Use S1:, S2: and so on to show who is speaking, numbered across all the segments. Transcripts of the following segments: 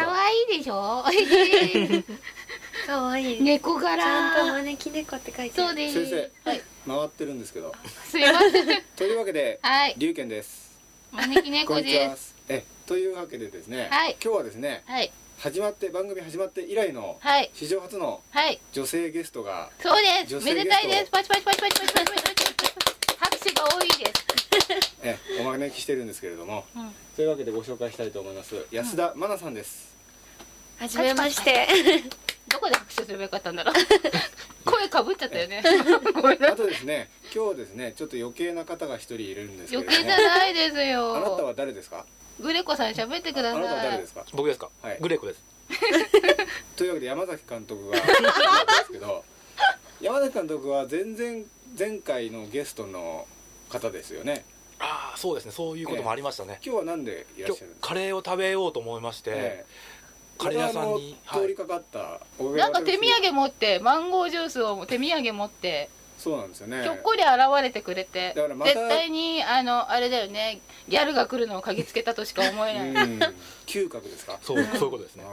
S1: しょ
S2: かわいい、
S1: 猫
S2: ちゃんと
S1: 柄
S2: 招き猫って書いて
S1: そう
S2: る
S1: です
S3: 先生
S1: はい
S3: 回ってるんですけど
S1: すいません
S3: というわけで
S1: はい
S3: 龍賢です
S1: 招き猫
S3: こんにちは
S1: です
S3: えというわけでですね
S1: はい
S3: 今日はですね
S1: はい
S3: 始まって番組始まって以来の
S1: はい
S3: 史上初の
S1: はい
S3: 女性ゲストが
S1: そうです
S3: 女
S1: めで
S3: 性ゲスト
S1: たいですパチパチパチパチパチパチパチパチ拍手が多いです
S3: えお招きしてるんですけれども
S1: うん
S3: というわけでご紹介したいと思います安田真奈さんです
S2: はじめまして
S1: どこで拍手すればよかったんだ ろう声かぶっちゃったよねごめんなさ
S3: あ
S1: い
S3: とですね今日ですねちょっと余計な方が一人いるんですけれ
S1: 余
S3: ども
S1: 計じゃないです
S3: あなたは
S1: よ
S3: 誰ですか
S1: グレコさん喋ってく
S3: あ
S1: だ
S3: なたは
S1: さ
S3: 誰
S1: い
S3: ですか
S4: 僕ですか、
S3: はい
S4: グレーコです
S3: というわけで山崎監 督が来てくれたんですけど山崎監督は前々前回のゲストの方ですよね
S4: ああそうですねそういうこともありましたね、
S3: 今日は何でいらっ
S4: 今
S3: しゃ
S4: 日
S3: るんですか
S4: カレーを食べようと思いまして、
S3: ええ
S4: カレー屋さんに
S3: またあの通りかかったお部屋
S1: な
S3: が
S1: んか手土産持ってマンゴージュースを手土産持って
S3: そうなんですよね
S1: ひょっこり現れてくれて
S3: だからまた
S1: 絶対にあのあれだよねギャルが来るのを嗅ぎつけたとしか思え
S3: う
S1: ない、
S3: ん嗅覚ですか
S4: そう そういうことですね
S3: あ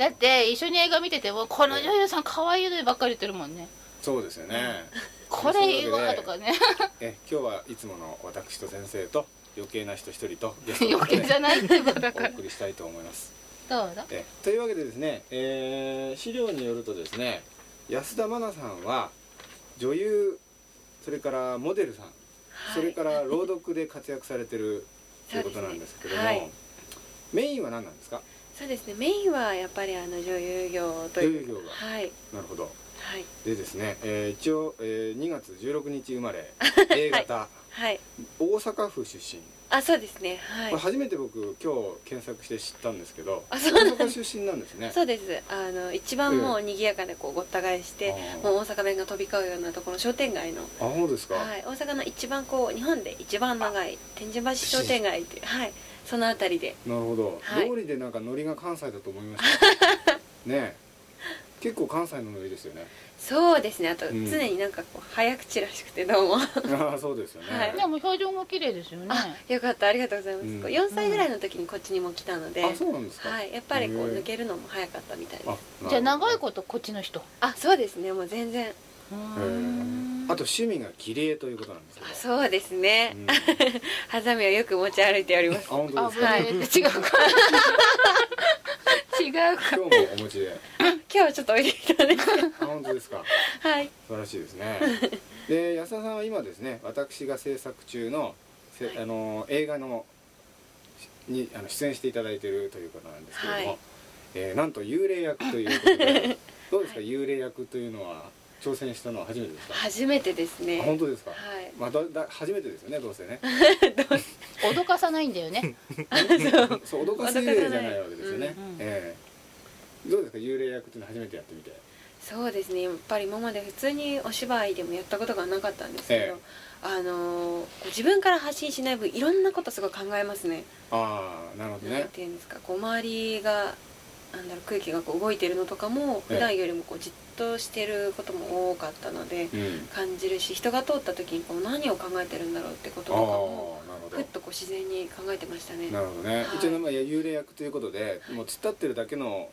S1: だ
S3: ー
S1: って一緒に映画見ててもこの女優さん可愛いのばっかり言ってるもんね
S3: そうですよね
S1: これいい
S3: そういうわ
S1: わ
S3: け
S1: と
S3: で
S1: かね
S3: え今日はいつもの私と先生と余計な人一人とゲストの
S1: 余
S3: 方で
S1: 計じゃないってことだ
S3: お
S1: から
S3: 送りしたいと思います
S1: どうだ
S3: えというわけでですね、えー資料によるとですね安田真奈さんは女優それからモデルさん、それから朗読で活躍されてるということなんですけれども、
S2: そうですねはい
S3: メインは何なんですか
S2: そうですねメインはやっぱりあの女優業と
S3: 女
S2: いう
S3: 優業が
S2: はい
S3: なるほど
S2: はい
S3: でですね、えー一応、えー2月16日生 まれ A 型、
S2: はい
S3: 大阪府出身、
S2: あそうですねはい
S3: これ初めて僕今日検索して知ったんですけど大
S2: あそうなん
S3: 阪出身なんですね
S2: そうですあの一番もう賑やかでこうごった返して、
S3: あー
S2: もう大阪弁が飛び交うようなところ商店街の、
S3: あそうですか、
S2: はい、大阪の一番こう日本で一番長い天神橋商店街っていうはいその辺りで
S3: なるほど、
S2: はい
S3: 道理でなんかノリが関西だと思いましたねえ結構関西のノリですよね
S2: そうですねあと
S3: うん
S2: 常になんかこう早口らしくてどうも
S3: ああそうですよね、
S2: はい
S1: でも表情も綺麗ですよね
S2: あよかったありがとうございます、
S3: うん
S2: こう4歳ぐらいの時にこっちにも来たので、
S3: あそうなんですか、
S2: はい、やっぱりこう
S3: へえ
S2: 抜けるのも早かったみたいです
S3: あ
S1: じゃあ長い
S3: 子
S1: ことこっちの人
S2: あそうですねもう全然
S1: うー
S3: あと
S1: ん
S3: 趣味が切り絵ということなんですけど
S2: あそうですね、
S3: うん
S2: ハサミをよく持ち歩いておりま
S3: あ
S2: す
S3: 本当
S1: あ
S3: です
S1: ぶ
S3: か、
S1: ね違 うか 違うか
S3: 今日もお持ちで
S2: 今日はちょっと置いてきた ね
S3: あ本当ですか
S2: はい
S3: 素晴らしいですねで安田さんは今ですね私が制作中のせ、
S2: はい
S3: あの映画のにあの出演していただいているということなんですけれども、
S2: はい
S3: えーなんと幽霊役ということでどうですか、幽霊役というのは挑戦したのは初めてですか、
S2: 初めてです
S3: あ本
S2: ね
S3: 当ですか、
S2: はい
S3: まあ、だだ初めてですよねどうせね
S1: 脅かさないんだよね
S3: そう脅かす幽霊じゃないわけですよね、
S1: うんうん
S3: ええどうですか幽霊役というのは初めてやってみて
S2: そうですねやっぱり今まで普通にお芝居でもやったことがなかったんですけど、
S3: ええ
S2: あのーこう自分から発信しない分いろんなことすごい考えますね
S3: ああなるほど
S2: なん
S3: ね
S2: ていうんですかこう周りがなんだろう空気がこう動いてるのとかも普段よりもこうじっとしてることも多かったので
S3: うん
S2: 感じるし人が通った時にこう何を考えてるんだろうってこと
S3: あ
S2: と
S3: あ
S2: か
S3: なる
S2: も
S3: ほど
S2: ふっとこう自然に考えてましたね
S3: なるほどね、
S2: はい
S3: 一応まあ幽霊役ということでもう突っ立ってるだけの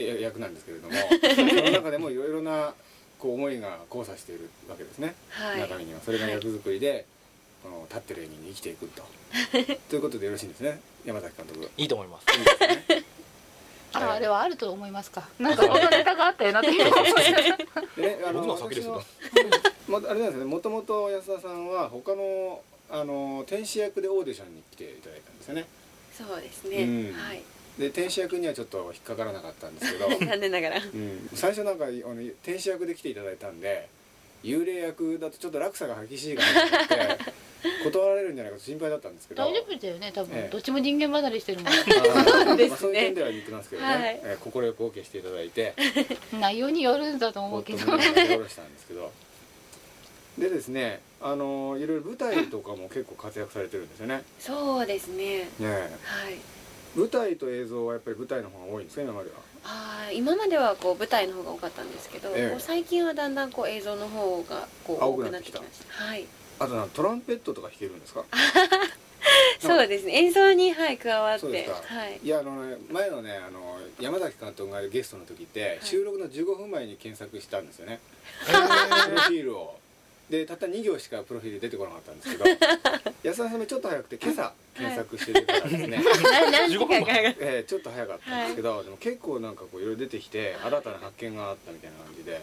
S3: え役なんですけれどもその中でもいろいろなこう思いが交差しているわけですね、
S2: はい
S3: 中身にはそれが役作りで、この立ってる演技に生きていくとということでよろしいんですね山崎監督い
S4: いいと思います
S3: いですね
S1: ああれはあると思いますかなんかこのネタがあったよなっていう
S3: でね、あ
S4: 僕のは先ですよ
S3: 私のまあれなんですね。もともと安田さんは他のあの天使役でオーディションに来ていただいたんですよね。
S2: そうですね、
S3: うん
S2: はい
S3: で天使役にはちょっと引っかからなかったんですけど、
S2: 残念ながら
S3: うん、最初なんかあの天使役で来ていただいたんで幽霊役だとちょっと落差が激しいかな と思って断られるんじゃないかと心配だったんですけど
S1: 大丈夫だよね多分、
S3: ええ
S1: どっちも人間離れしてるも
S3: そう
S2: ですね
S3: まあ、そういう点では似てますけど
S2: は
S3: ね
S2: い
S3: えー快、く OK していただいて
S1: ん内容によるんだと思
S3: ほ
S1: う
S3: っ
S1: け
S3: と
S1: ど
S3: 胸を張って下ろしたんですけどでですねあのーいろいろ舞台とかも結構活躍されてるんですよねね
S2: そうですね
S3: え
S2: はい
S3: 舞台と映像はやっぱり舞台の方が多いんですか今までは
S2: あー今まではこう舞台の方が多かったんですけど、
S3: ええ
S2: こう最近はだんだんこう映像の方がこう
S3: あ
S2: 多くなってきま
S3: 多くなって
S2: したはい
S3: あとなんかトランペットとか弾けるんですか
S2: そうですね演奏にはい加わっ
S3: そうで
S2: て
S3: すか
S2: はい
S3: いやあのね前のねあの山崎監督がゲストの時って
S2: い
S3: 収録の15分前に検索したんですよね、プロフィールをでたった2行しかプロフィール出てこなかったん ですけど安田さんもちょっと早くて今朝検索して出てたんですね、
S2: な何時
S4: 15
S2: 間か
S4: 分
S2: かる
S3: えーちょっと早かったんですけど、でも結構なんかこういろいろ出てきて新たな発見があったみたいな感じで
S2: はい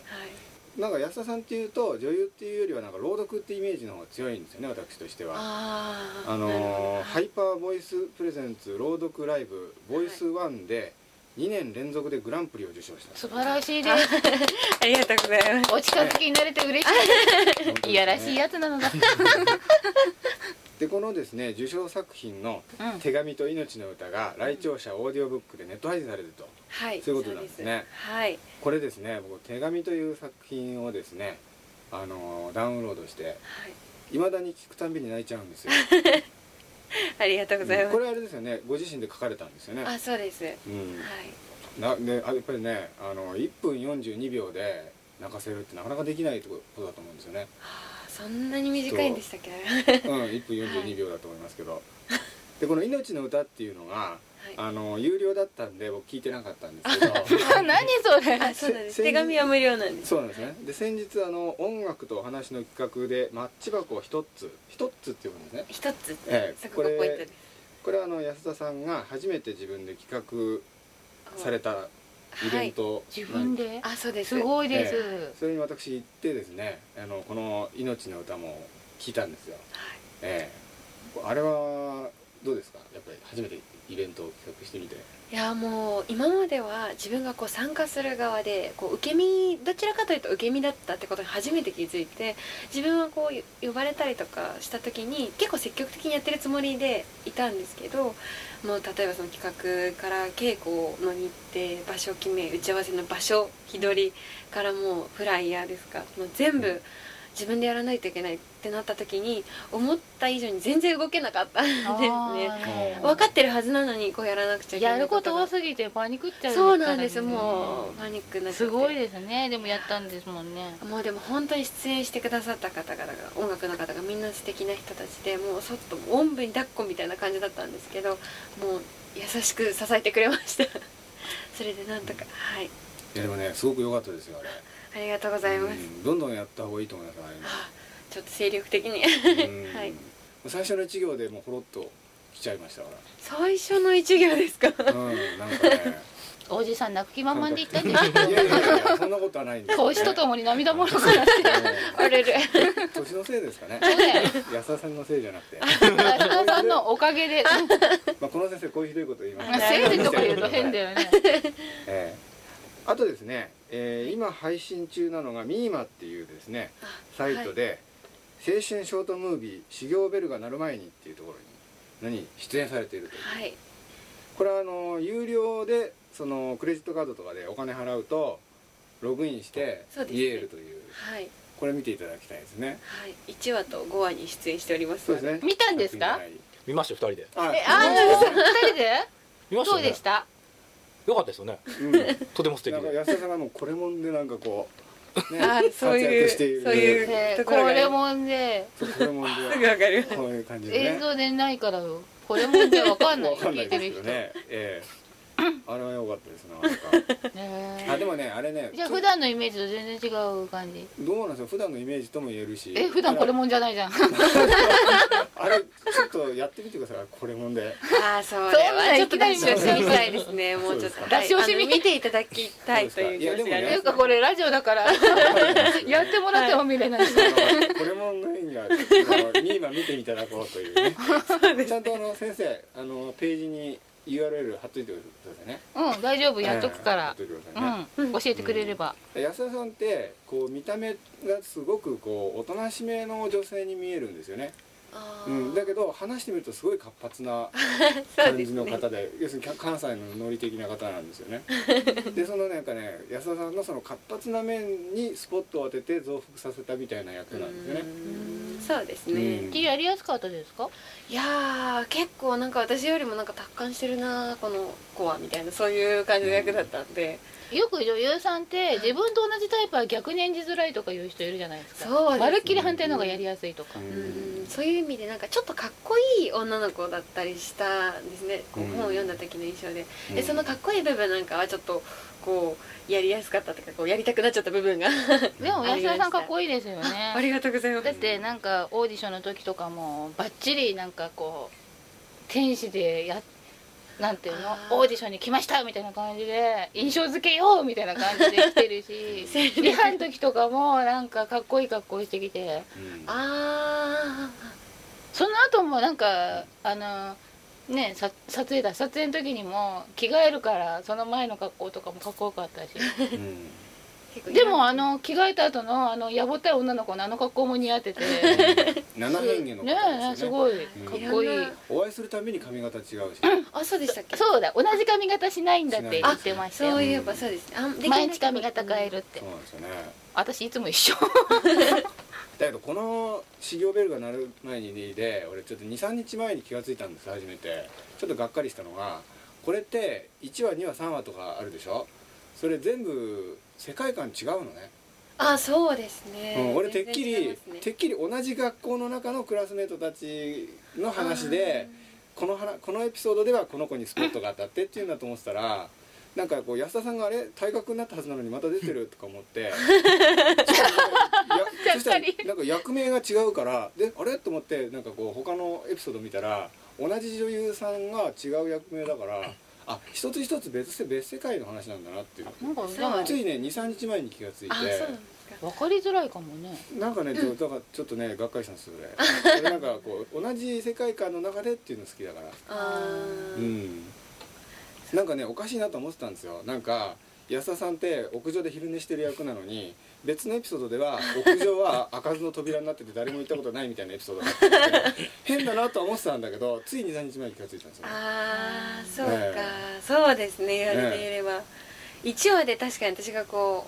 S3: なんか安田さんっていうと女優っていうよりはなんか朗読ってイメージの方が強いんですよね私としては。
S2: あー
S3: あ
S2: なるほ
S3: のー
S2: ど
S3: ハイパーボイスプレゼンツ朗読ライブボイスワンで2年連続でグランプリを受賞したんです
S1: 素
S3: よ
S1: 晴らしいです
S2: ありがとうございます
S1: お近づきになれて嬉しいで
S3: 本当です
S1: す
S3: ね
S1: いやらしいやつなのだ
S3: でこのですね受賞作品の
S1: うん
S3: 「手紙と命の歌」が来庁者オーディオブックでネット配信されると
S2: はい
S3: そういうことなんですね
S2: そうはい
S3: これですね僕「手紙」という作品をですねあのーダウンロードして
S2: はい
S3: いまだに聞くたんびに泣いちゃうんですよ
S2: ありがとうございます
S3: これあれですよねご自身で書かれたんですよね
S2: あそうですは
S3: うん
S2: い
S3: なね、あやっぱりねあの1分42秒で泣かせるってなかなかできないってことだと思うんです よね、
S2: あーそんなに短いんでしたっけはい
S3: うん、1分42秒だと思いますけど、でこの「命の歌」っていうのがあの有料だったんで僕聞いてなかったん ですけど
S1: あ何それ
S2: あそうなんです
S3: せ
S2: 手紙は無料なんです
S3: そうなんですねで先日あの音楽とお話の企画でマッチ箱を一つ一つっていうんですね
S2: 一つ
S3: ええ
S2: そ
S3: こ
S2: こが
S3: れ
S2: ポイントです
S3: これはあの安田さんが初めて自分で企画されたイベント、
S1: 自分で
S2: あそうです
S1: すごいです、
S3: それに私行ってですねあのこの「命の歌」も聞いたんですよ
S2: はい
S3: ええあれはどうですかやっぱり初めてイベントを企画してみて
S2: いやもう今までは自分がこう参加する側でこう受け身どちらかというと受け身だったってことに初めて気づいて自分はこうよ呼ばれたりとかした時に結構積極的にやってるつもりでいたんですけどもう例えばその企画から稽古の日程場所決め打ち合わせの場所日取りからもうフライヤーですかもう全部自分でやらないといけないってなった時に思った以上に全然動けなかったんですね。
S1: あー
S3: わ
S2: 分かってるはずなのにこうやらなくちゃいけな
S1: や
S2: い
S1: ること
S2: が
S1: 多すぎてパニクっちゃう
S2: そうなんです
S1: からね
S2: もうパニックになっちゃっ
S1: す
S2: て
S1: ごいですねでもやったんですもんね
S2: もうでも本当に出演してくださった方々が音楽の方がみんな素敵な人たちでもうそっとおんぶに抱っこみたいな感じだったんですけどもう優しく支えてくれました それでなんとかはい
S3: いやでもねすごく良かったですよあれ
S2: ありがとうございます、
S3: うんどんどんやった方がいいと思いますあ
S2: あちょっと精力的に
S3: あいうの、
S2: はい
S3: うん最初の一行でもうほろっと来ちゃいましたか
S2: 最初の一行ですか
S3: らうんなんかね
S1: おじさん泣く気満々で言ったんで
S3: いやい やいやそんなことはないんですよね
S1: 年とともに涙もろくなって
S2: あれれ
S3: うん年のせいですかね
S1: そうだよ
S3: 安田さんのせいじゃなくて、
S1: 安田さんのおかげ で
S3: まあ、この先生こういうひどいこと言 いますから
S1: せいぜいとか言うと変だ よね
S3: ええあとですね、えー今配信中なのがミーマっていうですね サイトで、青春ショートムービー「修行ベルが鳴る前に」っていうところに何出演されているという
S2: はい
S3: これはあの有料でそのクレジットカードとかでお金払うとログインして
S2: そうですね
S3: 見えるという
S2: はい
S3: これ見ていただきたいですね
S2: はい1話と5話に出演しております
S3: そうですね
S1: 見たんですか
S4: 見ましたよ二人で
S3: あ
S1: えあー
S3: そう
S1: 二人で
S4: 見ました
S1: ど
S4: よ
S1: う
S4: ね
S1: でした
S4: よかったですよね
S3: うん
S4: とても素敵
S3: なんか
S4: で
S3: 安田さんがもうこれもんでなんかこう、ね
S2: あーそういう
S3: 活躍している
S2: そういう
S1: ね
S2: と
S1: こ
S2: ころがね
S1: れもね
S3: そうこれもんです
S2: ぐわかります
S3: こういう感じでね
S1: 映像でないからよこれもねわかんない
S3: わかんな
S1: 聞
S3: い
S1: いて
S3: です
S1: る
S3: よ
S1: 人
S3: ね。え えあれは良かったですな。
S1: ね
S3: なんかあでもねあれね。
S1: じゃあ普段のイメージと全然違う感じ
S3: どうなんですか普段のイメージとも言えるし。
S1: え普段これ
S3: も。
S1: もんじゃないじ ゃん
S3: あれちょっとやってみてください。これもんで。
S2: ああそれはちょっと出し惜しみたいですねもうちょっと
S3: そ
S1: です
S3: う
S1: か出し惜しみ
S2: はいあの見ていただきたいという気持ちがあり
S1: と
S2: ま
S1: い
S2: す
S1: うかこれラジオだから やってもらっても見れないし
S3: あのこれもんの意味はあのミーマ見ていただこうとい うね。ちゃんとあの先生あのページに URL 貼っといてくださいね。
S1: うん大丈夫やっとくか
S3: ええ貼
S1: ら
S3: っといてくださいね。
S1: うん教えてくれれば
S3: 安田さんってこう見た目がすごくこうおとなしめの女性に見えるんですよね、
S2: あー
S3: うん、だけど話してみるとすごい活発な
S2: そう
S3: 感
S2: で
S3: じ
S2: す
S3: の
S2: ね
S3: 方で要するに関関西のノリ的な方なんですよねでそのなんかね安田さんのその活発な面にスポットを当てて増幅させたみたいな役なんですよね
S2: うんそうですね、
S3: うん
S1: きやりやすかったですか
S2: いやー結構なんか私よりもなんか達観してるなーこの子はみたいなそういう感じの役だったんで、
S1: よく女優さんって自分と同じタイプは逆に演じづらいとかいう人いるじゃないですか
S2: そうですね
S1: まるっきり反対の方がやりやすいとか、
S2: うんそういう意味でなんかちょっとかっこいい女の子だったりしたんですね、こう
S3: うん
S2: 本を読んだ時の印象で,、でそのかっこいい部分なんかはちょっとこうやりやすかったというかこうやりたくなっちゃった部分が
S1: でも安田さんかっこいいですよ
S2: あ
S1: ね
S2: りがとうございます
S1: だってなんかオーディションの時とかもバッチリなんかこう天使でやなんていうの
S2: あー
S1: オーディションに来ましたみたいな感じで印象付けようみたいな感じで来てる しリハの時とかもなんかかっこいい格好してきて
S3: あ
S2: あ
S1: その後もなんかあのねさ撮影だ撮影の時にも着替えるからその前の格好とかもかっこよかった し
S2: ー
S1: でもあの着替えた後のあのやぼったい女の子のあの格好も似合って てね
S3: 七変化の
S1: え
S3: ですすね
S1: ごいか
S2: い
S1: っこいい
S2: ろんな
S3: お会いするために髪型違うし
S2: あそうでしたっけ
S1: そうだ同じ髪型しないんだって言ってました
S2: そう
S1: よ
S2: いえばそうですねあできない
S1: 毎日髪型変えるって
S3: そうなんですよね
S1: 私いつも一緒
S3: だけどこの始業ベルが鳴る前にで俺ちょっと23日前に気がついたんです初めてちょっとがっかりしたのがこれって1話2話3話とかあるでしょそれ全部世界観違うのね、
S2: あそうですね、
S3: うん、俺てっき
S2: 全然違い
S3: り
S2: ますね
S3: てっきり同じ学校の中のクラスメートたちの話でこの話このエピソードではこの子にスポットが当たってっていうんだと思ってたらなんかこう安田さんがあれ退学になったはずなのにまた出てるとか思っ ていやそしたらなんか役名が違うからであれと思ってなんかこう他のエピソード見たら同じ女優さんが違う役名だからあ一つ一つ別世別世界の話なんだなっていう
S1: なんか
S2: そう
S1: で
S3: ついね23日前に気がついて
S2: あそうなんですか
S1: も分かりづらいかもね
S3: なんかね、ちょだからちょっとねがっかりしたんですよ それそれなんかこう同じ世界観の中でっていうの好きだから
S2: あ
S3: う
S2: ー
S3: んなんかねおかしいなと思ってたんですよなんか安田さんって屋上で昼寝してる役なのに別のエピソードでは屋上は開かずの扉になってて誰も行ったことないみたいなエピソードがあって変だなとは思ってたんだけどつい23日前に気がついたんですよね
S2: あーそうか、
S3: え
S2: そうですね言われていれば、一話で確かに私がこ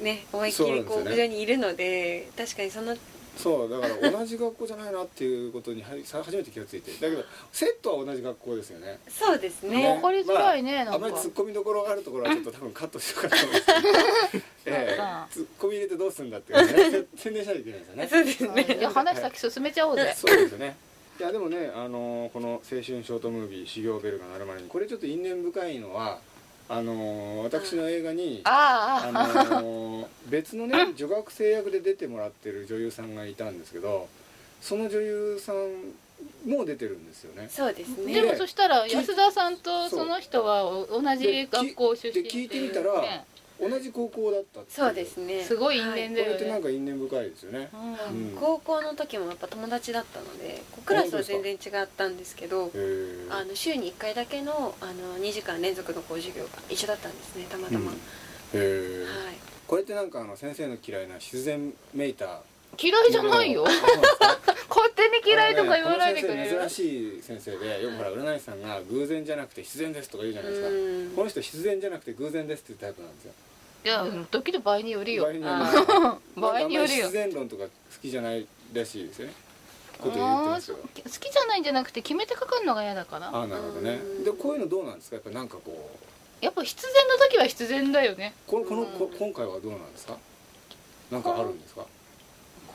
S2: うね思いっきりこ
S3: そううなんですよね
S2: 屋上にいるので確かにその
S3: そうだから同じ学校じゃないなっていうことにはいさ初めて気がついてだけどセットは同じ学校ですよね
S2: そうです
S1: 分
S2: ね
S1: かりづらいねな
S3: あ
S1: んか
S3: まり突っ込みどころがあるところはちょっと多分カットしようかと思うんです けど、ええ突っ込み入れてどうするんだっていうね宣伝しないといけないですよね
S2: そうです
S1: うん
S2: ね
S1: じゃあ話先進めちゃおうぜ
S3: そうですよね いやでもね、あのーこの「青春ショートムービー修行ベルが鳴る前に」これちょっと因縁深いのはあのー私の映画に、あ
S1: ああああ
S3: のー別のね女学生役で出てもらってる女優さんがいたんですけどその女優さんも出てるんですよね
S2: そうですね
S1: でもそしたら安田さんとその人はお同じ学校出身
S3: で聞いてみたら
S1: ね
S3: 同じ高校だったってい
S2: そうですね
S1: すごい因縁
S3: こ
S1: だよ
S3: れ
S1: ね
S3: ってなんか因縁深いですよね
S1: うん
S2: はい
S3: うん
S2: 高校の時もやっぱ友達だったのでこうクラスは全然違ったんですけど
S3: へー
S2: あの週に1回だけのあの2時間連続のこう授業が一緒だったんですねたまたま、
S3: うんへー
S2: はい
S3: これってなんかあの先生の嫌いな自然めいた
S1: 嫌いじゃないよ勝手に嫌いとか言わないでくれ
S3: こ
S1: る
S3: の先生珍しい先生でよくほら占い師さんが偶然じゃなくて必然ですとか言うじゃないですか
S2: うん
S3: この人必然じゃなくて偶然ですっていうタイプなんですよ
S1: いや時々場合によるよ
S3: 場合による
S2: あ
S1: 場合による
S3: なんかあんまり
S1: よ
S3: 必然論とか好きじゃないらしいですよね
S1: う
S3: こ
S1: ん
S3: と言ってますよ
S1: 好き好きじゃないんじゃなくて決めてかかるのが嫌だか
S3: あ
S1: ら
S3: あなるほどね
S2: うん
S3: でこういうのどうなんですかやっぱなんかこう
S1: やっぱ必然の時は必然だよね
S3: このこのこ
S2: うん
S3: 今回はどうなんですかなんかあるんですか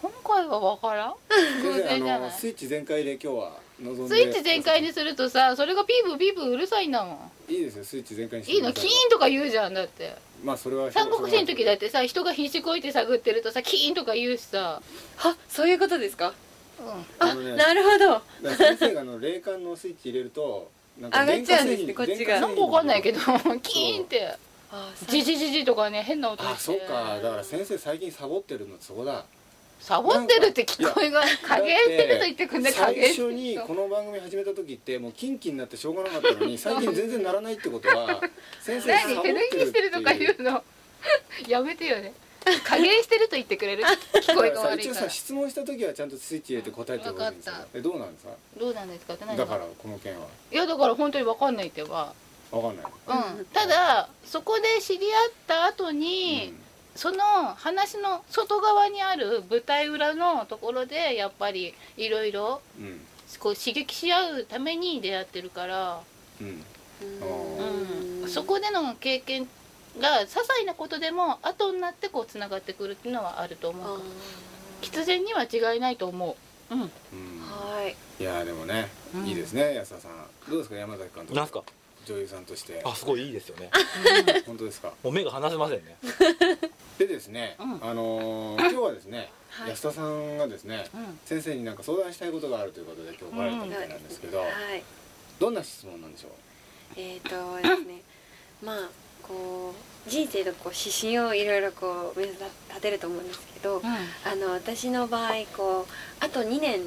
S1: 今回は分からん偶
S3: 先
S1: 然じ
S3: 生あ
S1: ゃな
S3: の
S1: い
S3: スイッチ全開で今日は臨んで
S1: スイッチ全開にするとさそれがピーブーピーブーうるさいんだもん
S3: いいですよスイッチ全開にして
S1: いいの
S3: くだ
S1: キ
S3: さ
S1: ーンとか言うじゃんだって
S3: まあそれは
S1: 三国志の時だっ
S3: って
S1: てさ人が必死こいて探ってるとさキーンとか言うしさ、
S2: あそういうことですか
S1: う
S2: あ
S3: あのね
S2: なるほど
S3: だから先生があの霊感のスイッチ入れるとなんか
S2: 上がっちゃうんですね
S3: 電
S2: こっ
S3: 化製
S2: ち
S3: 品
S2: が
S1: ん、なんかわかんないけどキーンって
S2: あそう
S1: ジジジジとかね変な音して
S3: あそうかだから先生最近サボってるのそこだ
S1: サボってるって聞こえが加減してると言ってくんだ加
S3: 最
S1: 減して
S3: 初に
S1: る
S3: ことの番組始めた時ってもうキンキンになってしょうがなかった のに最近全然ならないってことは先生サ
S1: 何
S3: ボっ
S1: 手
S3: て
S1: 抜
S3: るって
S1: きしてるとか
S3: い
S1: 言
S3: う
S1: うのやめてよね加減してると言ってくれる聞こえが
S3: さ
S1: 悪い
S3: 一応
S1: から
S3: さ質問した時はちゃんとスイッチ入れて答えてほしいんですよ
S1: わかっ
S3: えどうなんですか
S1: どうなんですかって何
S3: だからこの件はい
S1: やだから本当に分かんないってば、
S3: わかんない
S1: うん、ただそこで知り合った後に、その話の外側にある舞台裏のところでやっぱりいろいろ
S3: うんうん
S1: こう刺激し合うために出会ってるから、
S3: うん
S2: うん
S3: あー
S1: うん、そこでの経験が些細なことでも後になってこうつながってくるっていうのはあると思うから必然には違いないと思ううん
S3: うん
S2: はい
S3: いやーでもね、
S1: うん
S3: いいですね安田さんどうですか山崎監督
S4: なんすか
S3: 女優さんとして
S4: あすごいいいですよね
S3: 本当ですか
S4: もう目が離せま せんね
S3: でですね、
S1: うん
S3: あ のー今日はですね、
S2: はい
S3: 安田さんがですね
S1: うん
S3: 先生になんか相談したいことがあるということで今日来られたみたいなんですけど、
S2: はい
S3: どんな質問なんでしょう
S2: えっ、とです ねまあこう人生のこう指針をいろいろこう目立てると思うんですけど
S1: うん
S2: あの私の場合こうあと2年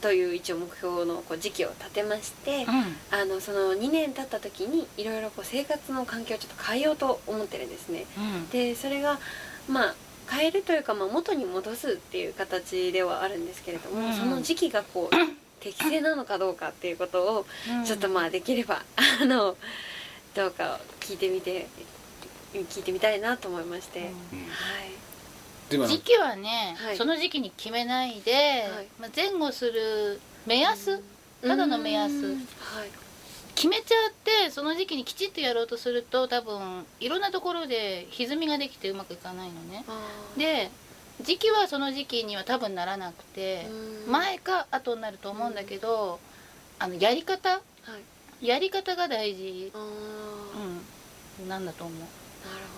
S2: という一応目標のこう時期を立てまして
S1: うん
S2: あのその2年経った時にいろいろこう生活の環境をちょっと変えようと思ってるんですね
S1: うん
S2: でそれがまあ変えるというか、まあ、元に戻すっていう形ではあるんですけれども、
S1: うん
S2: その時期がこう 適正なのかどうかっていうことをちょっとまあできれば あのどうかを聞いてみて聞いてみたいなと思いまして、
S1: う
S2: は
S1: ん
S3: でもあの
S1: 時期はね、
S2: はい
S1: その時期に決めないで、
S2: い
S1: まあ、前後する目
S2: い
S1: 安、ただの目安
S2: うんはい
S1: 決めちゃってその時期にきちっとやろうとすると多分いろんなところで歪みができてうまくいかないのね
S2: あー
S1: で時期はその時期には多分ならなくて、
S2: うん
S1: 前か後になると思うんだけど、あのやり方
S2: はい
S1: やり方が大事
S2: あー
S1: うんなんだと思う
S2: なる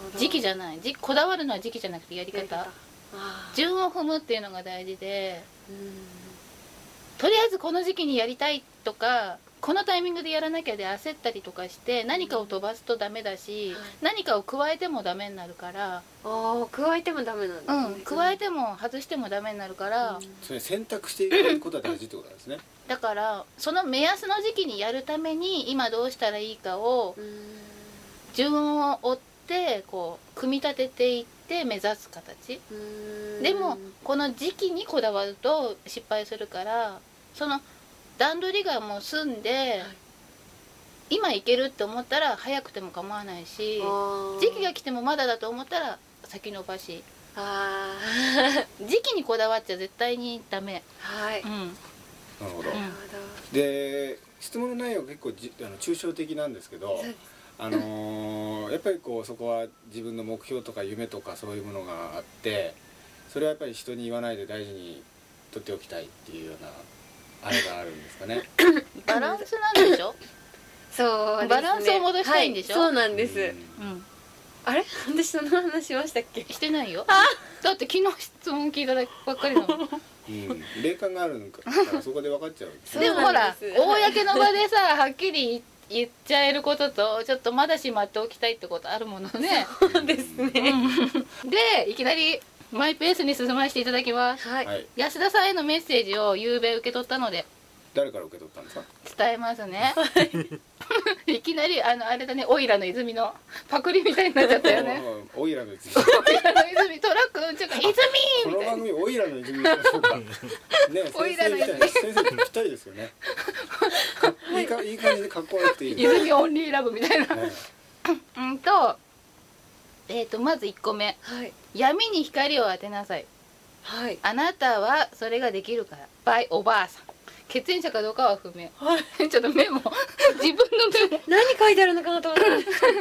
S2: ほど
S1: 時期じ
S2: ゃ
S1: ゃないじこだわるのは時期じゃなくてやり方
S2: あー
S1: 順を踏むっていうのが大事で
S2: うん
S1: とりあえずこの時期にやりたいとかこのタイミングでやらなきゃで焦ったりとかして何かを飛ばすとダメだし、
S2: はい
S1: 何かを加えてもダメになるから、
S2: あー加えてもダメなんです
S1: う
S2: ね、
S1: ん、加えても外してもダメになるから、
S3: それ選択していくことは大事ってことなんですね
S1: だからその目安の時期にやるために今どうしたらいいかを
S2: うんうん
S1: 順を追ってこう組み立てていって目指す形
S2: うん
S1: でもこの時期にこだわると失敗するからその段取りがもう済んで、今いけるって思ったら早くても構わないし時
S2: 時
S1: 期が来てもまだだと思ったら先延ばし
S2: あ
S1: 時期にこだわっちゃ絶対にダメ
S2: ー はい、
S1: う
S2: なる
S1: ん
S3: なるほど、
S1: うん
S3: で質問の内容が結構じあの抽象的なんですけ
S2: ほ
S3: ど
S2: どそう
S3: あ のーやっぱりこうそこは自分の目標とか夢とかそういうものがあってそれはやっぱり人に言わないで大事に取っておきたいっていうようなあれがあるんですかね
S1: バランスなんでしょ
S2: そうですね
S1: バランスを戻したいんでしょ
S2: はそうなんです、
S3: う
S1: う
S3: ん
S1: ん
S2: あれ 私その話しましたっ け
S1: してないよだって昨日質問聞いただけばっかり なの
S3: うん霊感があるのかからそこで分かっちゃうんですね
S1: でもほら
S2: そうなん
S1: 公の場でさはっきり言っちゃえることとちょっとまだしまっておきたいってことあるものね
S2: そうですね
S1: でいきなりマイペースに進ませていただきます
S2: はい、
S3: はい
S1: 安田さんへのメッセージを昨べ受け取ったので
S3: 誰から受け取ったんですか
S1: 伝えますね いきなりあのあれだねオイラの泉のパクリみたいになっちゃったよね
S3: おおいらの泉
S1: オイラの泉トラックのうんちゃか泉
S3: こ
S1: み
S3: の
S1: たい
S3: 番
S1: な
S3: 組おいらの泉でしょうかね先
S1: おいら
S3: 生
S1: の
S3: みたいな先生にぴったりですよねかいいかいい感じでかっこ悪くていいですね
S1: 泉オンリーラブみたいな
S3: はい
S1: うんとえー、とまず1個目
S2: はい
S1: 闇に光を当てなさい
S2: はい
S1: あなたはそれができるからバイおばあさん血縁者かどうかは不明
S2: はい
S1: ちょっとメモ自分のメモ
S2: 何書いてあるのかなと思って
S1: そう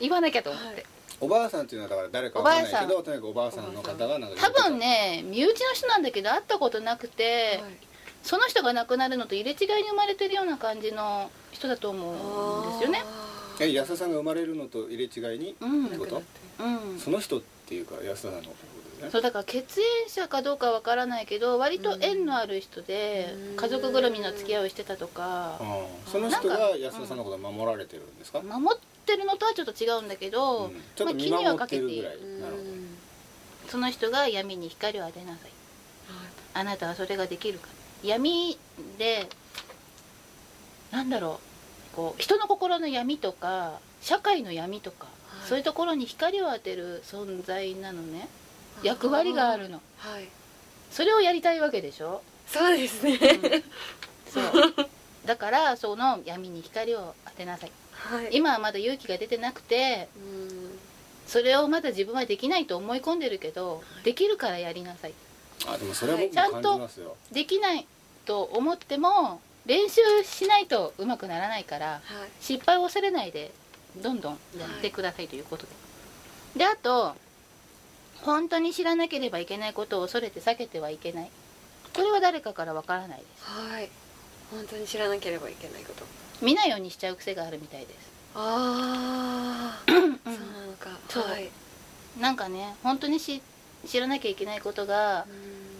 S1: 言わなきゃと思って、
S3: おばあさんっていうのはだから誰かわかんないけ
S1: おばあさ
S3: どとにかくおばあさんの方がなんか
S1: 多分ね身内の人なんだけど会ったことなくて、その人が亡くなるのと入れ違いに生まれてるような感じの人だと思うんですよね。
S3: え安田さんが生まれるのと入れ違いに
S1: うん、う
S3: ってこと
S1: ん、
S3: その人っていうか安田さんのことですね
S1: そうだから血縁者かどうかわからないけど割と縁のある人で
S2: うん
S1: 家族ぐるみの付き合いをしてたとか
S3: うんその人が安田さんのことを守られてるんですか、うん
S1: 守ってるのとはちょっと違うんだけど、
S3: ちょっと見守ってるぐらい、
S2: うん
S3: なるほど
S1: その人が闇に光を当てなさいあなたはそれができるから闇でなんだろうこう人の心の闇とか社会の闇とか、
S2: はい
S1: そういうところに光を当てる存在なのね役割があるの
S2: はい
S1: それをやりたいわけでしょ、
S2: そうですね、
S1: そう だからその闇に光を当てなさい
S2: はい
S1: 今はまだ勇気が出てなくて
S2: うん
S1: それをまだ自分はできないと思い込んでるけど、できるからやりなさい
S3: あでもそれは僕も感じますよ、
S1: できないと思っても練習しないとうまくならないから
S2: はい
S1: 失敗を恐れないでどんどんやってくださいということで、であと本当に知らなければいけないことを恐れて避けてはいけないこれは誰かからわからないで
S2: はい本当に知らなければいけないこと
S1: す見ないようにしちゃう癖があるみたいです
S2: ああ、そうなのか
S1: そう
S2: はい
S1: なんかね本当にし知らなきゃいけないことが
S2: う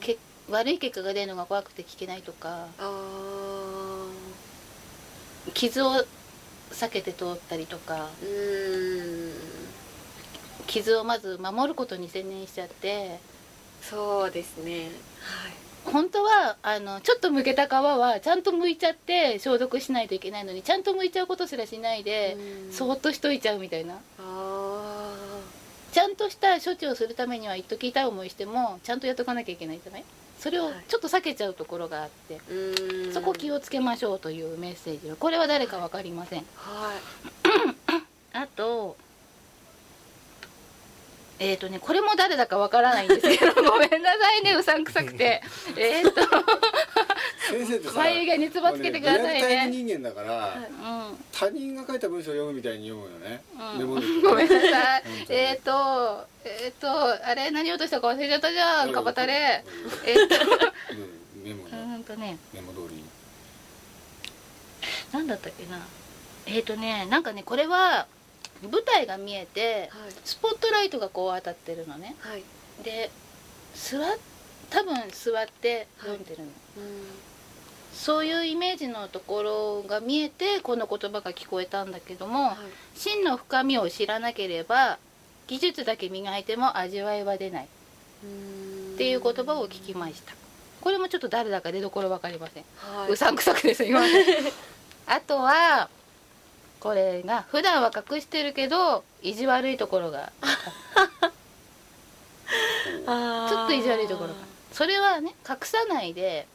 S2: ん
S1: け悪い結果が出るのが怖くて聞けないとか
S2: ああ
S1: 傷を避けて通ったりとか
S2: うーん
S1: 傷をまず守ることに専念しちゃって
S2: そうですねはい
S1: 本当はあのちょっと剥けた皮はちゃんと剥いちゃって消毒しないといけないのにちゃんと剥いちゃうことすらしないで、
S2: うん
S1: そーっとしといちゃうみたいな
S2: あ
S1: ちゃんとした処置をするためには一時痛い思いしてもちゃんとやっとかなきゃいけないじゃないそれを
S2: はい
S1: ちょっと避けちゃうところがあって、
S2: あうん
S1: そこ気をつけましょうというメッセージこれは誰か分かりません
S2: はい
S1: あとえっ、ー、とねこれも誰だかわからないんですけ どごめんなさいねうさんくさくてえっと
S3: 先生ってさ
S1: 眉毛につばつけてください
S3: もうリアルタイム
S1: ね
S3: 人間だから、
S2: はいう
S3: 他人が書いた文章を読むみたいに読むよね、
S1: ん、
S3: メモ
S1: う
S3: の
S1: ん、 ごめんなさい
S3: 本当に
S1: えっとえっ、とあれ何をとしたか忘れちゃったじゃんカバタレえっ、と
S3: うんメモ
S1: う
S3: の
S1: ーんとね
S3: メモ通りに
S1: 何だったっけなえっ、とねなんかねこれは舞台が見えて
S2: はい
S1: スポットライトがこう当たってるのね
S2: はい
S1: で座っ多分座って読んでるの、
S2: うん
S1: そういうイメージのところが見えてこの言葉が聞こえたんだけども
S2: はい
S1: 真の深みを知らなければ技術だけ磨いても味わいは出ないっていう言葉を聞きましたこれもちょっと誰だか出どころ分かりません、
S2: はいう
S1: さんくさくです今 あとはこれが普段は隠してるけど意地悪いところが
S2: あー
S1: ちょっと意地悪いところがそれはね隠さないで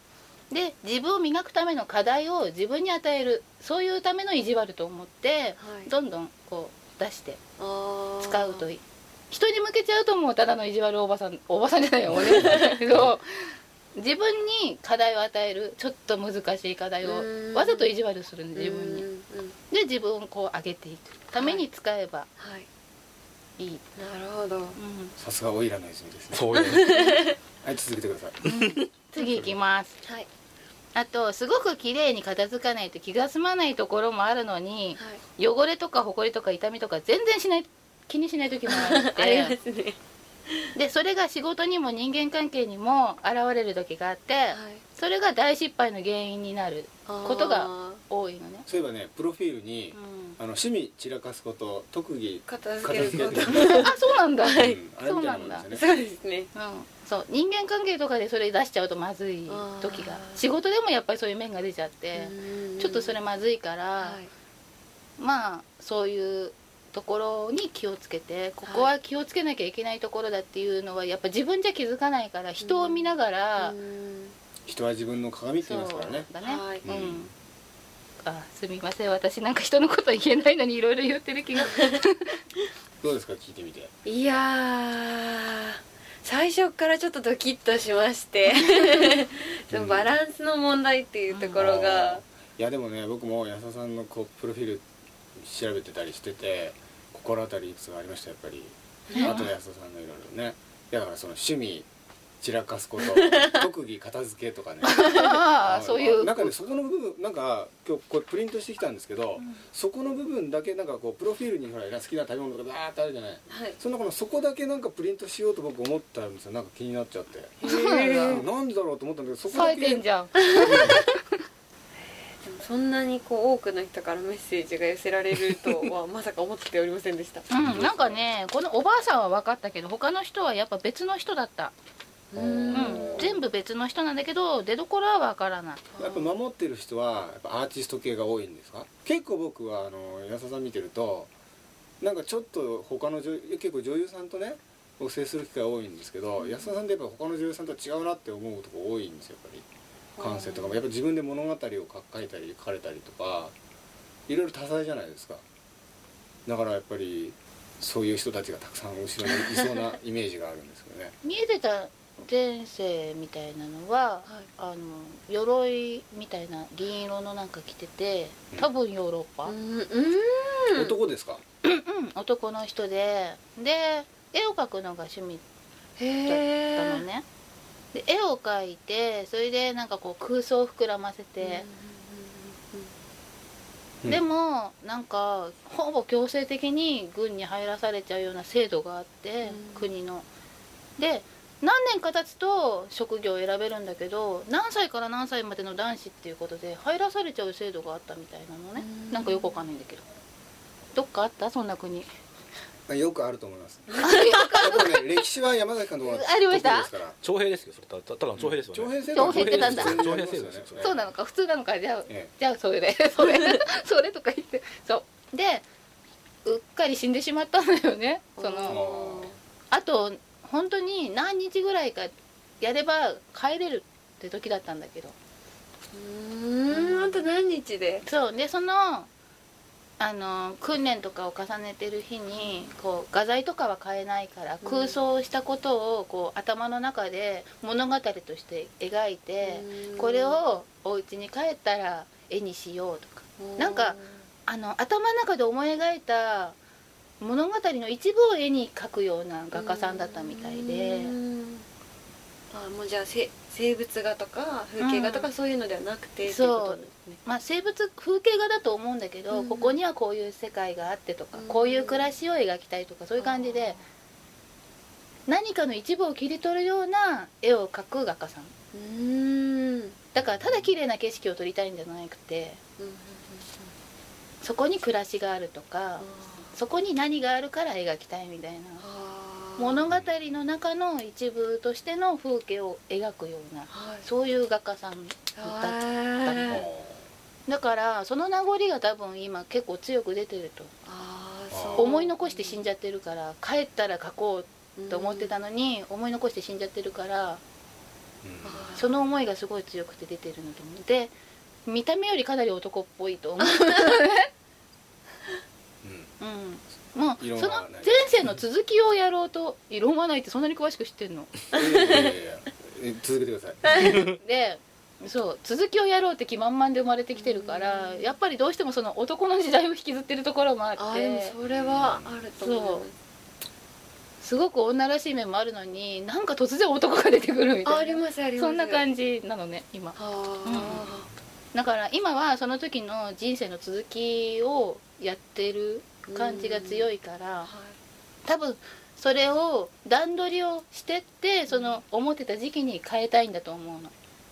S1: で自分を磨くための課題を自分に与えるそういうための意地悪と思って
S2: はい
S1: どんどんこう出して
S2: あー
S1: 使うといい人に向けちゃうともうただの意地悪おばさんおばさんじゃないよお 姉さんだけど自分に課題を与えるちょっと難しい課題
S2: う
S1: を
S2: ーん
S1: わざと意地悪するんで自分
S2: う
S1: に
S2: んうん
S1: で自分をこう上げていくために使えば
S2: はい
S1: いい、
S2: なるほど
S1: うん
S3: さすがオイラの泉ですね
S4: そういう
S3: はい続けてください
S1: 次いきます
S2: はい
S1: あとすごく綺麗に片付かないと気が済まないところもあるのに
S2: はい
S1: 汚れとかほこりとか痛みとか全然しない気にしない時もあっ
S2: あり
S1: て
S2: ますね
S1: でそれが仕事にも人間関係にも現れる時があって、
S2: はい
S1: それが大失敗の原因になることが
S2: あ
S1: 多いのね、
S3: そういえばねプロフィールに、
S1: う
S3: あの趣味散らかすこと特技
S2: ー片付
S3: 片
S2: け
S3: 付け
S2: る
S3: っ
S2: こ
S3: て
S2: と
S3: うん
S1: ん、あそうなんだ、
S2: はい
S3: あれみたいなもんです
S2: そ
S3: よね
S2: うですね
S1: うん、そう人間関係とかでそれ出しちゃうとまずい時が
S2: あー
S1: 仕事でもやっぱりそういう面が出ちゃって、ちょっとそれ
S2: も
S1: まずいから、
S2: はい
S1: まあそういうところに気をつけてここは気をつけなきゃいけないところだっていうのはやっぱ自分じゃ気づかないから人を見ながら、
S2: うん
S3: 人は自分の鏡って
S1: そう
S3: 言いますからね
S1: だね、
S2: はい
S1: うん、
S3: うん
S1: あすみません私なんか人のこと言えないのにいろいろ言ってる気 が
S3: どうですか聞いてみて
S2: いやー最初からちょっとドキッとしまして そのバランスの問題っていうところ
S3: あ
S2: が、
S3: ーいやでもね僕も安田さんのこうプロフィール調べてたりしてて心当たりいくつかありましたやっぱりあと安田さんのいろいろねだからその趣味散らかすこと 特技片付けとかね
S1: あ
S3: の
S1: あそういう
S3: なんかねそこの部分なんか今日これプリントしてきたんですけど、そこの部分だけなんかこうプロフィールにほら好きな食べ物とかバーってあるじゃない
S2: はい
S3: その中のそこだけなんかプリントしようと僕思ったんですよなんか気になっちゃって
S1: そうなんだ
S3: うんなんでだろうと思ったんだけどそこ
S1: 冴
S3: だ
S1: えてんじ
S3: け
S1: ゃん
S2: でもそんなにこう多くの人からメッセージが寄せられるとはまさか思っておりませんでした
S1: うん、なんかねこのおばあさんは分かったけど他の人はやっぱ別の人だった、
S3: う
S1: うんん、全部別の人なんだけど出どころは分からない
S3: やっぱ守ってる人はやっぱアーティスト系が多いんですか結構僕はあの安田さん見てるとなんかちょっと他の女優結構女優さんとね僕接する機会多いんですけど、安田さんってやっぱ他の女優さんとは違うなって思うとこ多いんですよやっぱり感性とかもやっぱ自分で物語を書いたり書かれたりとかいろいろ多彩じゃないですかだからやっぱりそういう人たちがたくさん後ろにいそうなイメージがあるんですけどね
S1: 見えてた前世みたいなのは
S2: はい
S1: あの鎧みたいな銀色のなんか着てて多分ヨーロッパ、
S2: うんうん
S3: 男ですか
S1: 男の人でで絵を描くのが趣味だったの
S2: へえ
S1: ねで絵を描いてそれでなんかこう空想を膨らませて、
S3: うん
S1: でもなんかほぼ強制的に軍に入らされちゃうような制度があって、
S2: うん
S1: 国ので何年か経つと職業を選べるんだけど何歳から何歳までの男子っていうことで入らされちゃう制度があったみたいなのね、
S2: うん
S1: なんかよくわかんないんだけどどっかあったそんな国
S3: あよくあると思 います。やっぱね歴史は山崎さんの方が
S1: ありました
S3: 得意ですから。
S4: 徴兵ですよそれたたただの徴兵ですよね、
S3: 徴兵制
S1: 徴兵ってなんだ
S4: 徴兵制度ですよ
S1: そうな
S3: の。
S1: のか普通なのかじゃあ
S3: え
S1: じゃあそれで それそれとか言ってそうでうっかり死んでしまったんだよねそ
S3: あ
S1: の
S3: の
S1: あと本当に何日ぐらいかやれば帰れるって時だったんだけど
S2: うんあと何日で
S1: そうでそのあの訓練とかを重ねてる日にこう画材とかは買えないから
S2: うん
S1: 空想したことをこう頭の中で物語として描いて、これをお家に帰ったら絵にしようとかなんかあの頭の中で思い描いた物語の一部を絵に描くような画家さんだったみたいで
S2: うんあもうじゃあせ生物画とか風景画とかそういうのではなく
S1: う
S2: て、
S1: ん
S2: っていことですね
S1: まあ生物風景画だと思うんだけど、
S2: うん
S1: ここにはこういう世界があってとか、
S2: うん
S1: こういう暮らしを描きたいとかそういう感じで何かの一部を切り取るような絵を描く画家さん
S2: うーんうん
S1: だからただ綺麗な景色を撮りたいんじゃなくて
S2: うんうん
S1: そこに暮らしがあるとか、そこに何があるから描きたいみたいな
S2: あー
S1: 物語の中の一部としての風景を描くような
S2: はい
S1: そういう画家さん
S2: あ
S3: あ
S2: ー
S1: だからその名残が多分今結構強く出てると
S2: あー
S3: あ
S2: そう
S1: 思い残して死んじゃってるから帰ったら書こうと思ってたのに思い残して死んじゃってるから
S3: うん
S1: その思いがすごい強くて出てるのと思うで見た目よりかなり男っぽいと思う、
S3: うん
S1: うん、もう
S3: 異論
S1: その
S3: はない
S1: 前世の続きをやろうと異論はないってそんなに詳しく知って んの
S3: いやいやいやいやえ続けてください。
S1: でそう続きをやろうって気満々で生まれてきてるから
S2: うん
S1: やっぱりどうしてもその男の時代を引きずってるところもあって
S2: あーでもそれはあると思う
S1: そうすごく女らしい面もあるのになんか突然男が出てくるみ
S2: あ
S1: た
S2: あ
S1: い
S2: り
S1: な
S2: ますあります
S1: そんな
S2: じ
S1: 感じなのね今
S2: あ
S1: だから今はその時の人生の続きをやってる感じが強いから、
S2: あ
S1: 多分それを段取りをしてってその思ってた時期に変えたいんだと思うの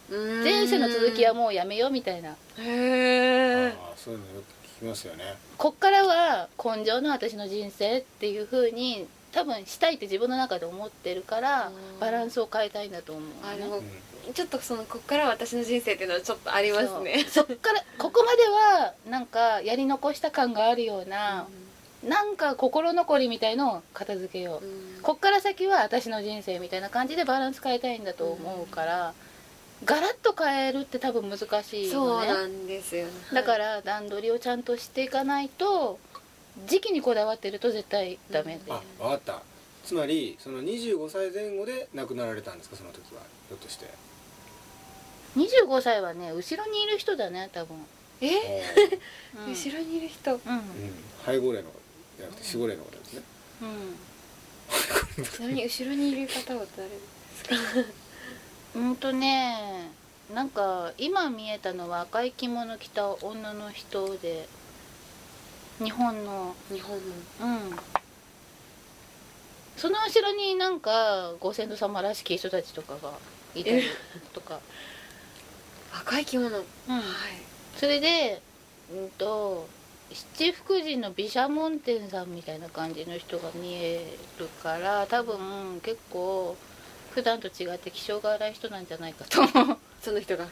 S1: 前世の続きはもうやめようみたいな
S2: うへえ
S3: あーそういうのよく聞きますよね。
S1: こっからは根性の私の人生っていう風に多分したいって自分の中で思ってるから
S2: うん
S1: バランスを変えたいんだと思
S2: あ
S1: う
S2: で
S1: のね
S2: も
S3: うん
S2: ちょっとそのこっから私の人生っていうのはちょっとありますね
S1: そうそっからここまではなんかやり残した感があるような、なんか心残りみたいのを片付けよう、
S2: うん
S1: こっから先は私の人生みたいな感じでバランス変えたいんだと思うから、ガラッと変えるって多分難しい
S2: そ
S1: よ
S2: う
S1: ね
S2: なんですよね
S1: だから段取りをちゃんとしていかないと時期にこだわってると絶対ダメで、
S3: あ、わかった。つまりその25歳前後で亡くなられたんですかその時はひょっとして。
S1: 25歳はね後ろにいる人だね多分、
S2: え
S1: うん、
S2: 後ろにいる人
S1: うん
S3: うん配合例の方じゃなくて死後例の方ですね。
S2: ちなみに後ろにいる方は誰
S1: うん、うんとねなんか今見えたのは赤い着物着た女の人で日本の
S2: 日本の
S1: うんその後ろになんかご先祖様らしき人たちとかがいたりとか、
S2: 赤い着物は
S1: う
S2: い
S1: ん、それでうんと七福神の毘沙門天さんみたいな感じの人が見えるから多分結構普段と違って気性が荒い人なんじゃないかと思う
S2: その人が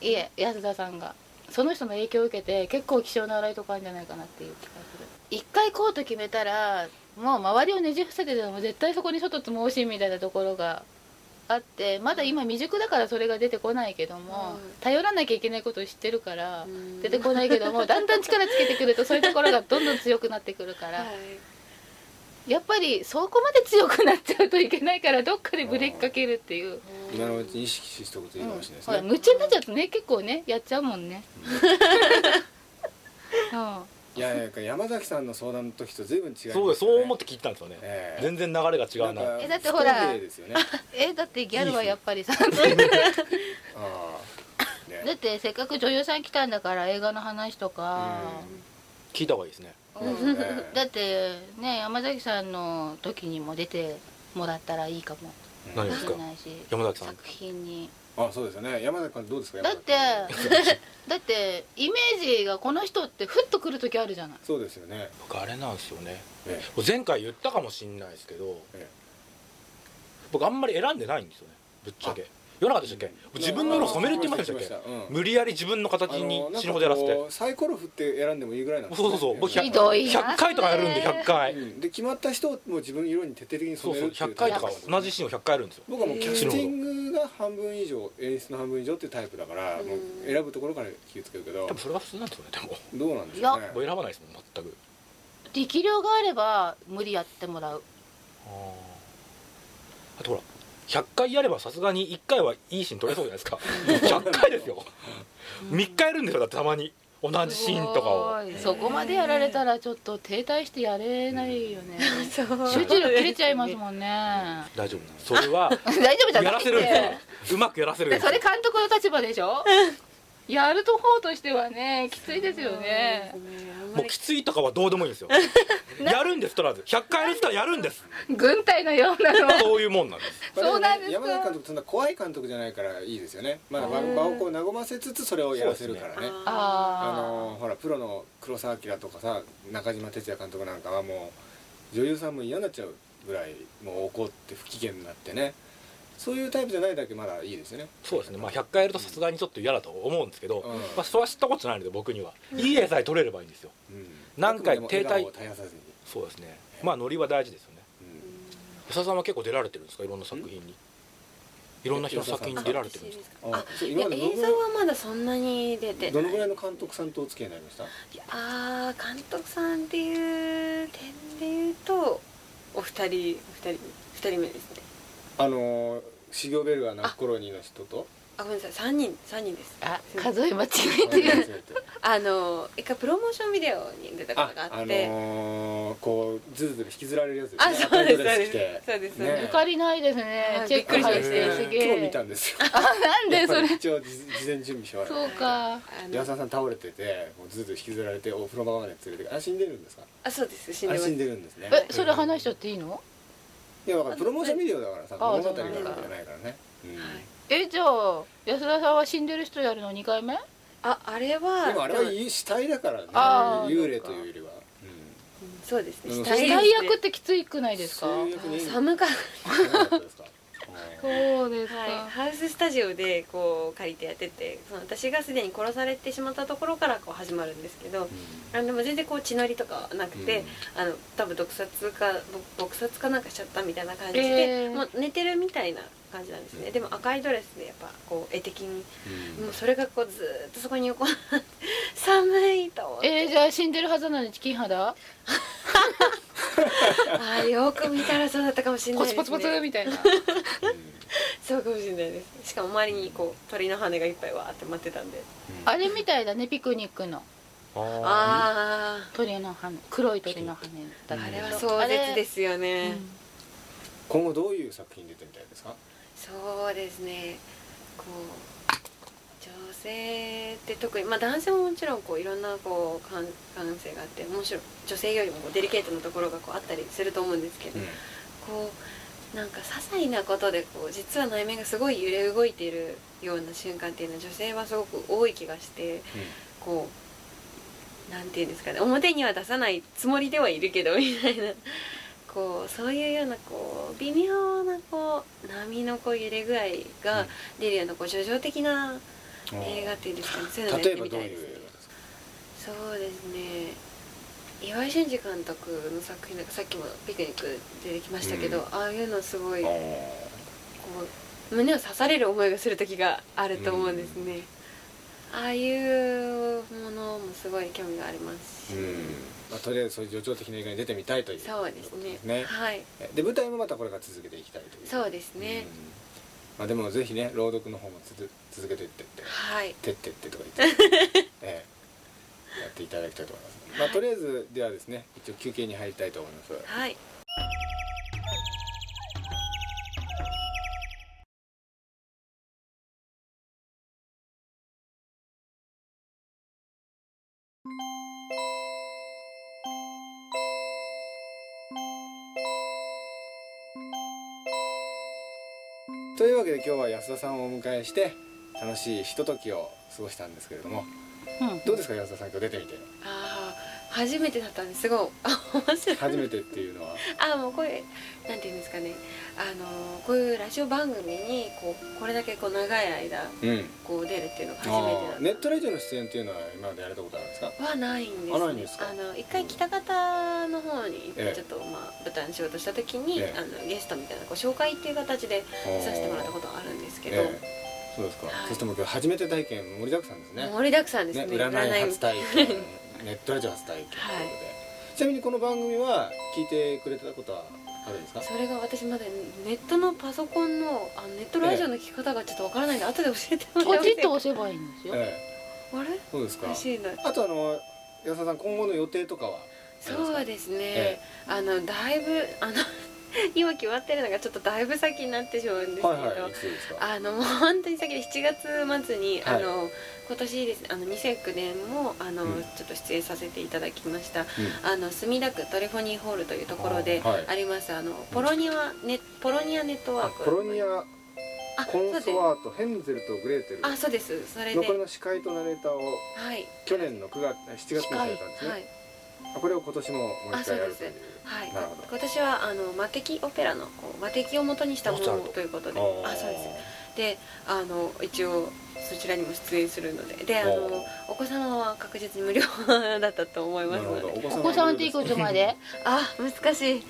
S1: いえ安田さんがその人の影響を受けて結構気性の荒いとこあるんじゃないかなっていう気がする一回コート決めたらもう周りをねじ伏せてでも絶対そこに外つ盲信みたいなところがあってまだ今未熟だからそれが出てこないけども、
S2: うん
S1: 頼らなきゃいけないことを知ってるから、出て
S2: な
S1: こないけど もだんだん力つけてくるとそういうところがどんどん強くなってくるから、やっぱりそこまで強くなっちゃうといけないからどっかでブレーキかけるっていう、
S3: 今のうちに意識しておくといいかもしれないです
S1: ほら
S3: ね。
S1: 夢中になっちゃうとね結構ねやっちゃうもんね、うん
S3: いやいや山崎さんの相談の時と随分違いますよね
S4: そうですそう思って聞いたんですよね、
S3: ええ
S4: 全然流れが違うな
S3: なんか
S1: えだってほら
S3: 不公 平ですよね
S1: えだってギャルはやっぱりさ
S3: ああね
S1: だってせっかく女優さん来たんだから映画の話とか、
S4: 聞いた方がいいですね
S3: うんえ
S1: だってね山崎さんの時にも出てもらったらいいかも
S3: え
S4: 何
S1: し
S4: で
S1: れ
S4: すか
S1: ないし
S4: 山崎さん
S1: 作品に
S3: あそうですよね山崎さんどうですか
S1: だって
S3: 山崎さん
S1: だってイメージがこの人ってふっとくる時あるじゃない
S3: そうですよね
S4: 僕あれなんですよね
S3: え
S4: 前回言ったかもしれないですけど
S3: ええ
S4: 僕あんまり選んでないんですよねぶっちゃけ言わなかったでしたっ
S3: え
S4: け自分の色染めるって言いましたっけ
S3: うん
S4: 無理やり自分の形に
S3: あの
S4: 死ぬほどやらせ
S3: なんかこ
S4: て
S3: うサイコロ振って選んでもいいぐらいなんです
S4: そうそうそう僕
S1: ひどいな
S4: 100回とかやるんで100回
S3: うんで決まった人をもう自分の色に徹底的に
S4: そ
S3: 染
S4: う
S3: め
S4: そ
S3: る
S4: う
S3: っていう
S4: 100回とか同じシーンを100回やるんですよ
S3: 僕はもうキャスティングが半分以上演出の半分以上っていうタイプだから
S2: うん
S3: もう選ぶところから気をつけるけど
S4: 多分それが普通なんですよねでも
S3: どうなんでしょうね
S4: 僕選ばないですもん全く
S1: 力量があれば無理やってもらう
S4: あとほら100回やればさすがに1回はいいシーン撮れそうじ ゃないですか100回ですよ3日やるんですよだってたまに同じシーンとかを
S1: すごいそこまでやられたらちょっと停滞してやれないよね
S2: そう
S1: 集中力切れちゃいますもんね
S4: 大丈夫なそ れは
S1: 大丈夫じゃ
S4: や
S1: な
S4: ら
S1: く
S4: せ
S1: て
S4: るんですようまくやらせるん
S1: で
S4: です
S1: そ
S4: よ
S1: れ監督の立場でしょやると方としてはねきついですよね
S4: もうきついとかはどうでもいいんで すよやるんですとらず100回やる人はやるんです
S1: 軍隊のようなの
S4: そういうもんなんです
S3: まあも
S1: そうなんですか
S3: 山崎監督そんな怖い監督じゃないからいいですよねまだ場場をこう和ませつつそれをやらせるからね
S2: あ
S3: あ
S1: あ
S3: のーほらプロの黒澤明とかさ中島哲也監督なんかはもう女優さんも嫌になっちゃうぐらいもう怒って不機嫌になってねそういうタイプじゃないだけまだいいですよね
S4: そうですね、まあ、100回やるとさすがにちょっと嫌だと思うんですけど、
S3: うん
S4: まあ、それは知ったことないので僕にはいい絵さえ撮れればいいんですよ
S3: うん
S4: 何
S3: あ
S4: 回
S3: くまで
S4: 停滞
S3: も笑顔を絶やさずに、
S4: そうですねまあノリは大事ですよね
S3: うん
S4: 安田さんは結構出られてるんですかいろんな作品にいろんな人の作品に出られてるんですか
S3: あそう
S2: い
S3: 今
S2: や
S3: までどの
S2: 映
S3: ぐ
S2: 像
S3: らい
S2: はまだそんなに出て
S3: どのぐらい
S2: い
S3: の監督さんとお付き合いになりました
S2: やあー監督さんっていう点で言うとお二人お二人二人目ですね
S3: あのー修行ベルが泣く頃にの人と
S2: あごめんなさい三人三人です
S1: あ数え間違え
S3: あ
S1: てる
S2: あの一回プロモーションビデオに出たことがあって
S3: あのーこうずるずる引きずられるやつ
S2: あそうです
S3: 赤いドレス着て
S2: そうですそうです
S3: ね
S1: ゆかりないですね
S2: はい
S1: チェック入って
S2: び
S1: す
S2: っくりしました
S1: げ
S3: 今日見
S1: え
S3: た んですよ
S1: あなんでそ
S3: やっぱり
S1: れ
S3: 一応事事前準備し終わる
S1: そうか
S2: あの
S3: 安田さん倒れててもうずるずる引きずられてお風呂場まで連れてくあ死んでるんですか
S2: あそうです死ん
S3: あ
S2: でま
S3: 死
S2: す
S3: んでるんですね
S1: えそれ話しちゃっていいの
S3: いやだからプロモーションビデオだからさ
S1: あ
S3: 物語があるわけじゃないからねうん
S2: はい
S1: えじゃあ安田さんは死んでる人やるの2回目
S2: ああれは
S3: でもあれは死体だからね
S1: あー
S3: 幽霊というよりはうん
S2: うんそうですね
S3: うん
S2: 死体
S1: 死
S2: ですね
S1: 体役ってきついくないですか
S3: そういう役に
S2: 寒かっ
S1: そうです
S2: た、
S1: か、
S2: はい、ハウススタジオでこう借りてやっててその私がすでに殺されてしまったところからこう始まるんですけどあでも全然こう血のりとかはなくて、あの多分毒殺かぼ撲殺かなんかしちゃったみたいな感じで、
S1: えー
S2: もう寝てるみたいな感じなんですね、
S3: うん
S2: でも赤いドレスでやっぱこう絵的に
S3: うん
S2: もうそれがこうずーっとそこに横にあって寒いと思って、
S1: えー、じゃあ死んでるはずなのにチキン肌
S2: あーよく見たらそうだったかもしれな
S1: コ
S2: いで
S1: ツ
S2: すね
S1: ポツポツみたいな
S2: そうかもしれないですしかも周りにこう鳥の羽がいっぱいわーって待ってたんで
S1: あれみたいだねピクニックの
S4: あ
S2: あ
S1: 鳥の羽黒い鳥の羽だ
S2: あ
S1: った
S2: あ
S1: け
S2: れ
S1: ど
S2: は壮絶ですよ
S1: あれ
S2: ね、
S3: 今後どういう作品出てみたいですか
S2: そうですねこう女性って特にまあ男性ももちろんこういろんなこう感感性があって面白い女性よりもこうデリケートなところがこうあったりすると思うんですけど、こうなんか些細なことでこう実は内面がすごい揺れ動いているような瞬間っていうのは女性はすごく多い気がしてこうなんていうんですかね表には出さないつもりではいるけどみたいなこうそういうようなこう微妙なこう波のこう揺れ具合
S3: う
S2: が
S3: ん
S2: 出るようなこう叙情的な
S3: うん
S2: 映画っていうんですかねそういうのをやっ
S3: 例え
S2: て
S3: ば
S2: み
S3: ど
S2: た
S3: う
S2: いで
S3: いう
S2: す
S3: 映
S2: ね
S3: 画ですか
S2: そうですね岩井俊二監督の作品なんかさっきもピクニック出てきましたけど、
S3: うん
S2: ああいうのすごいこ
S3: あ
S2: う胸を刺される思いがする時があると思うんですね、ああいうものもすごい興味がありますし、
S3: ーうんまあとりあえずそういう助長的な映画に出てみたいという
S2: そうですね
S3: ね
S2: はい
S3: で舞台もまたこれから続けていきたいという
S2: そうですね
S3: うんまあでもぜひね朗読の方もつづ続けていってって
S2: はい
S3: 「てってって」とか言ってええやっていただきたいと思います、まあ、とりあえずではですね一応休憩に入りたいと思います
S2: はい
S3: というわけで今日は安田さんをお迎えして楽しいひとときを過ごしたんですけれども
S1: うん
S3: どうですか安田さん今日出てみて
S2: ああ初めてだったんですごい あ面白い
S3: 初めてっていうのは
S2: あもうこういうなんていうんですかねあのこういうラジオ番組にこうこれだけこう長い間
S3: うん
S2: こう出るっていうのが初めてだ
S3: あ
S2: っ
S3: ーネットラジオの出演っていうのは今までやられたことあるんですか
S2: たはないんです,、
S3: あないんですか
S2: あの一回北方の方に行っ
S3: ええ
S2: てちょっとまあ舞台の仕事した時に、
S3: ええ
S2: あのゲストみたいなこう紹介っていう形で
S3: おー
S2: させてもらったことはあるんですけど、
S3: ええそうですか、
S2: はい
S3: そしてもう今日初めて体験盛りだくさんですね
S2: 盛りだくさんですね
S3: 占い初体験ネットラジオ初体験ということで、
S2: はい
S3: ちなみにこの番組は聞いてくれてたことはあるんですか
S2: それが私まだネットのパソコンのあのネットラジオの聞き方がちょっとわからないんで後で教えてもら
S1: ポ
S2: っ
S1: チ
S2: て
S1: ッと押せばいいんですよ、
S3: ええ
S2: あれ
S3: そうですか
S2: 嬉しいな
S3: あとあの安田さん今後の予定とかは
S2: そうですね、
S3: え
S2: あのだいぶあの 今決まってるのがちょっとだいぶ先になってしまうんですけど、
S3: はいはいいつですか
S2: あのもう本当に先で7月末に、
S3: はい
S2: あの今年ですねあの2009年もあの、
S3: うん
S2: ちょっと出演させていただきました
S3: うん
S2: あの墨田区トリフォニーホールというところで
S3: あはい
S2: ありますあのポロニアネポロニアネットワーク
S3: あポロニア
S2: あ
S3: コンソ
S2: そう
S3: ワートヘンゼルとグレーテル
S2: ですあそうですそれで
S3: のこれの司会とナレーターを
S2: はい
S3: 去年の9月7月にされたんですね、
S2: はい
S3: あこれを今年ももう一回やるという
S2: はい
S3: なるほど
S2: 今年はあの魔石オペラのこう魔石を元にしたも
S4: モーツァ
S2: の
S4: ルト
S2: ということで
S3: おー
S2: あそうですであの一応そちらにも出演するのでであ
S3: おー
S2: のお子様は確実に無料だったと思いま
S3: な
S2: す
S3: るほ
S2: の
S3: ど
S2: で
S3: お子
S1: お子さんってい
S3: 様
S1: くつまで
S2: あ難しい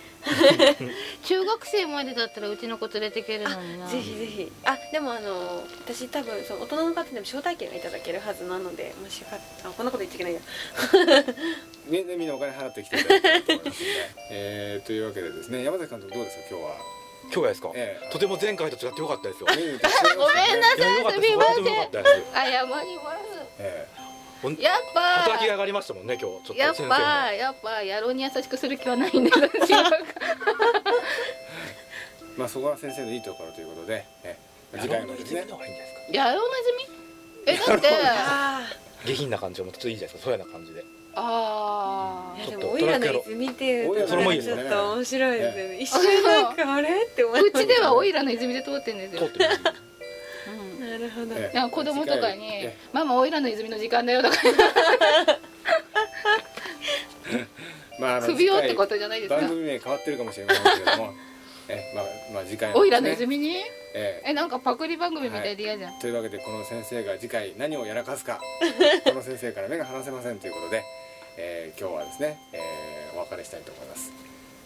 S1: 中学生までだったらうちの子連れてけるのにな
S2: ぜひぜひあでもあの私多分その大人の方でも招待券がいただけるはずなのでもしよかったあこんなこと言っちゃいけないや
S3: みみんなお金払ってきていただいてると思いますので、 えー、というわけでですね山崎監督どうですか今日は、
S4: 今日がですか、
S3: ええ
S4: とても前回と違ってよか ったですよ
S3: メニューと違いますよね
S1: ごめんなさ
S4: いやよかったで
S1: す
S4: す
S1: みません
S4: とてもよかったです
S1: 謝ります
S3: え
S4: ほん
S1: やっ
S4: 働きが上
S1: ぱ
S4: がりましたもんね今日ちょっと
S1: やっ
S4: 先生も
S1: ぱやっぱ野郎に優しくする気はないんで 私は
S3: えまあそこは先生のいいところということで、ええ次回もですね
S4: の方がいいんじゃないですか
S1: 野郎なじみえだって
S2: あ
S4: 下品な感じもちょっといいじゃないですかそういうような感じで
S1: あー
S2: あいや
S4: ち
S2: で
S4: ょっと
S2: もオイラの泉っていう
S3: オイラ
S2: と
S4: の
S2: こ
S4: 泉
S2: ちょっと面白いですよね一
S1: ええ
S2: 瞬なんかあれって思いう
S1: ちではオイラの泉で通ってんです
S4: 通
S1: よ
S4: っ、てる
S1: うん、
S2: なるほど、
S3: ええ
S1: なんか子供とかに
S3: 次回え
S1: 「ママオイラの泉の時間だよ」とか
S3: えまああの
S1: 首をってことじゃないで
S3: 次
S1: すか
S3: 回番組名変わってるかもしれませんけれどもええまあまあ次回もですね
S1: オイラの泉に
S3: ええ
S1: えなんかパクリ番組みたいで嫌じゃん、
S3: というわけでこの先生が次回何をやらかすかこの先生から目が離せませんということで、えー今日はですね、えーお別れしたいと思います、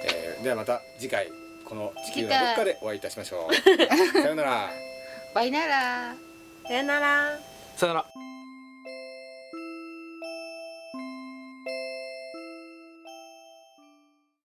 S3: えーではまた次回この地球のどっかでお会いいたしましょうさようなら
S1: バイナラー
S2: さよなら
S4: さよなら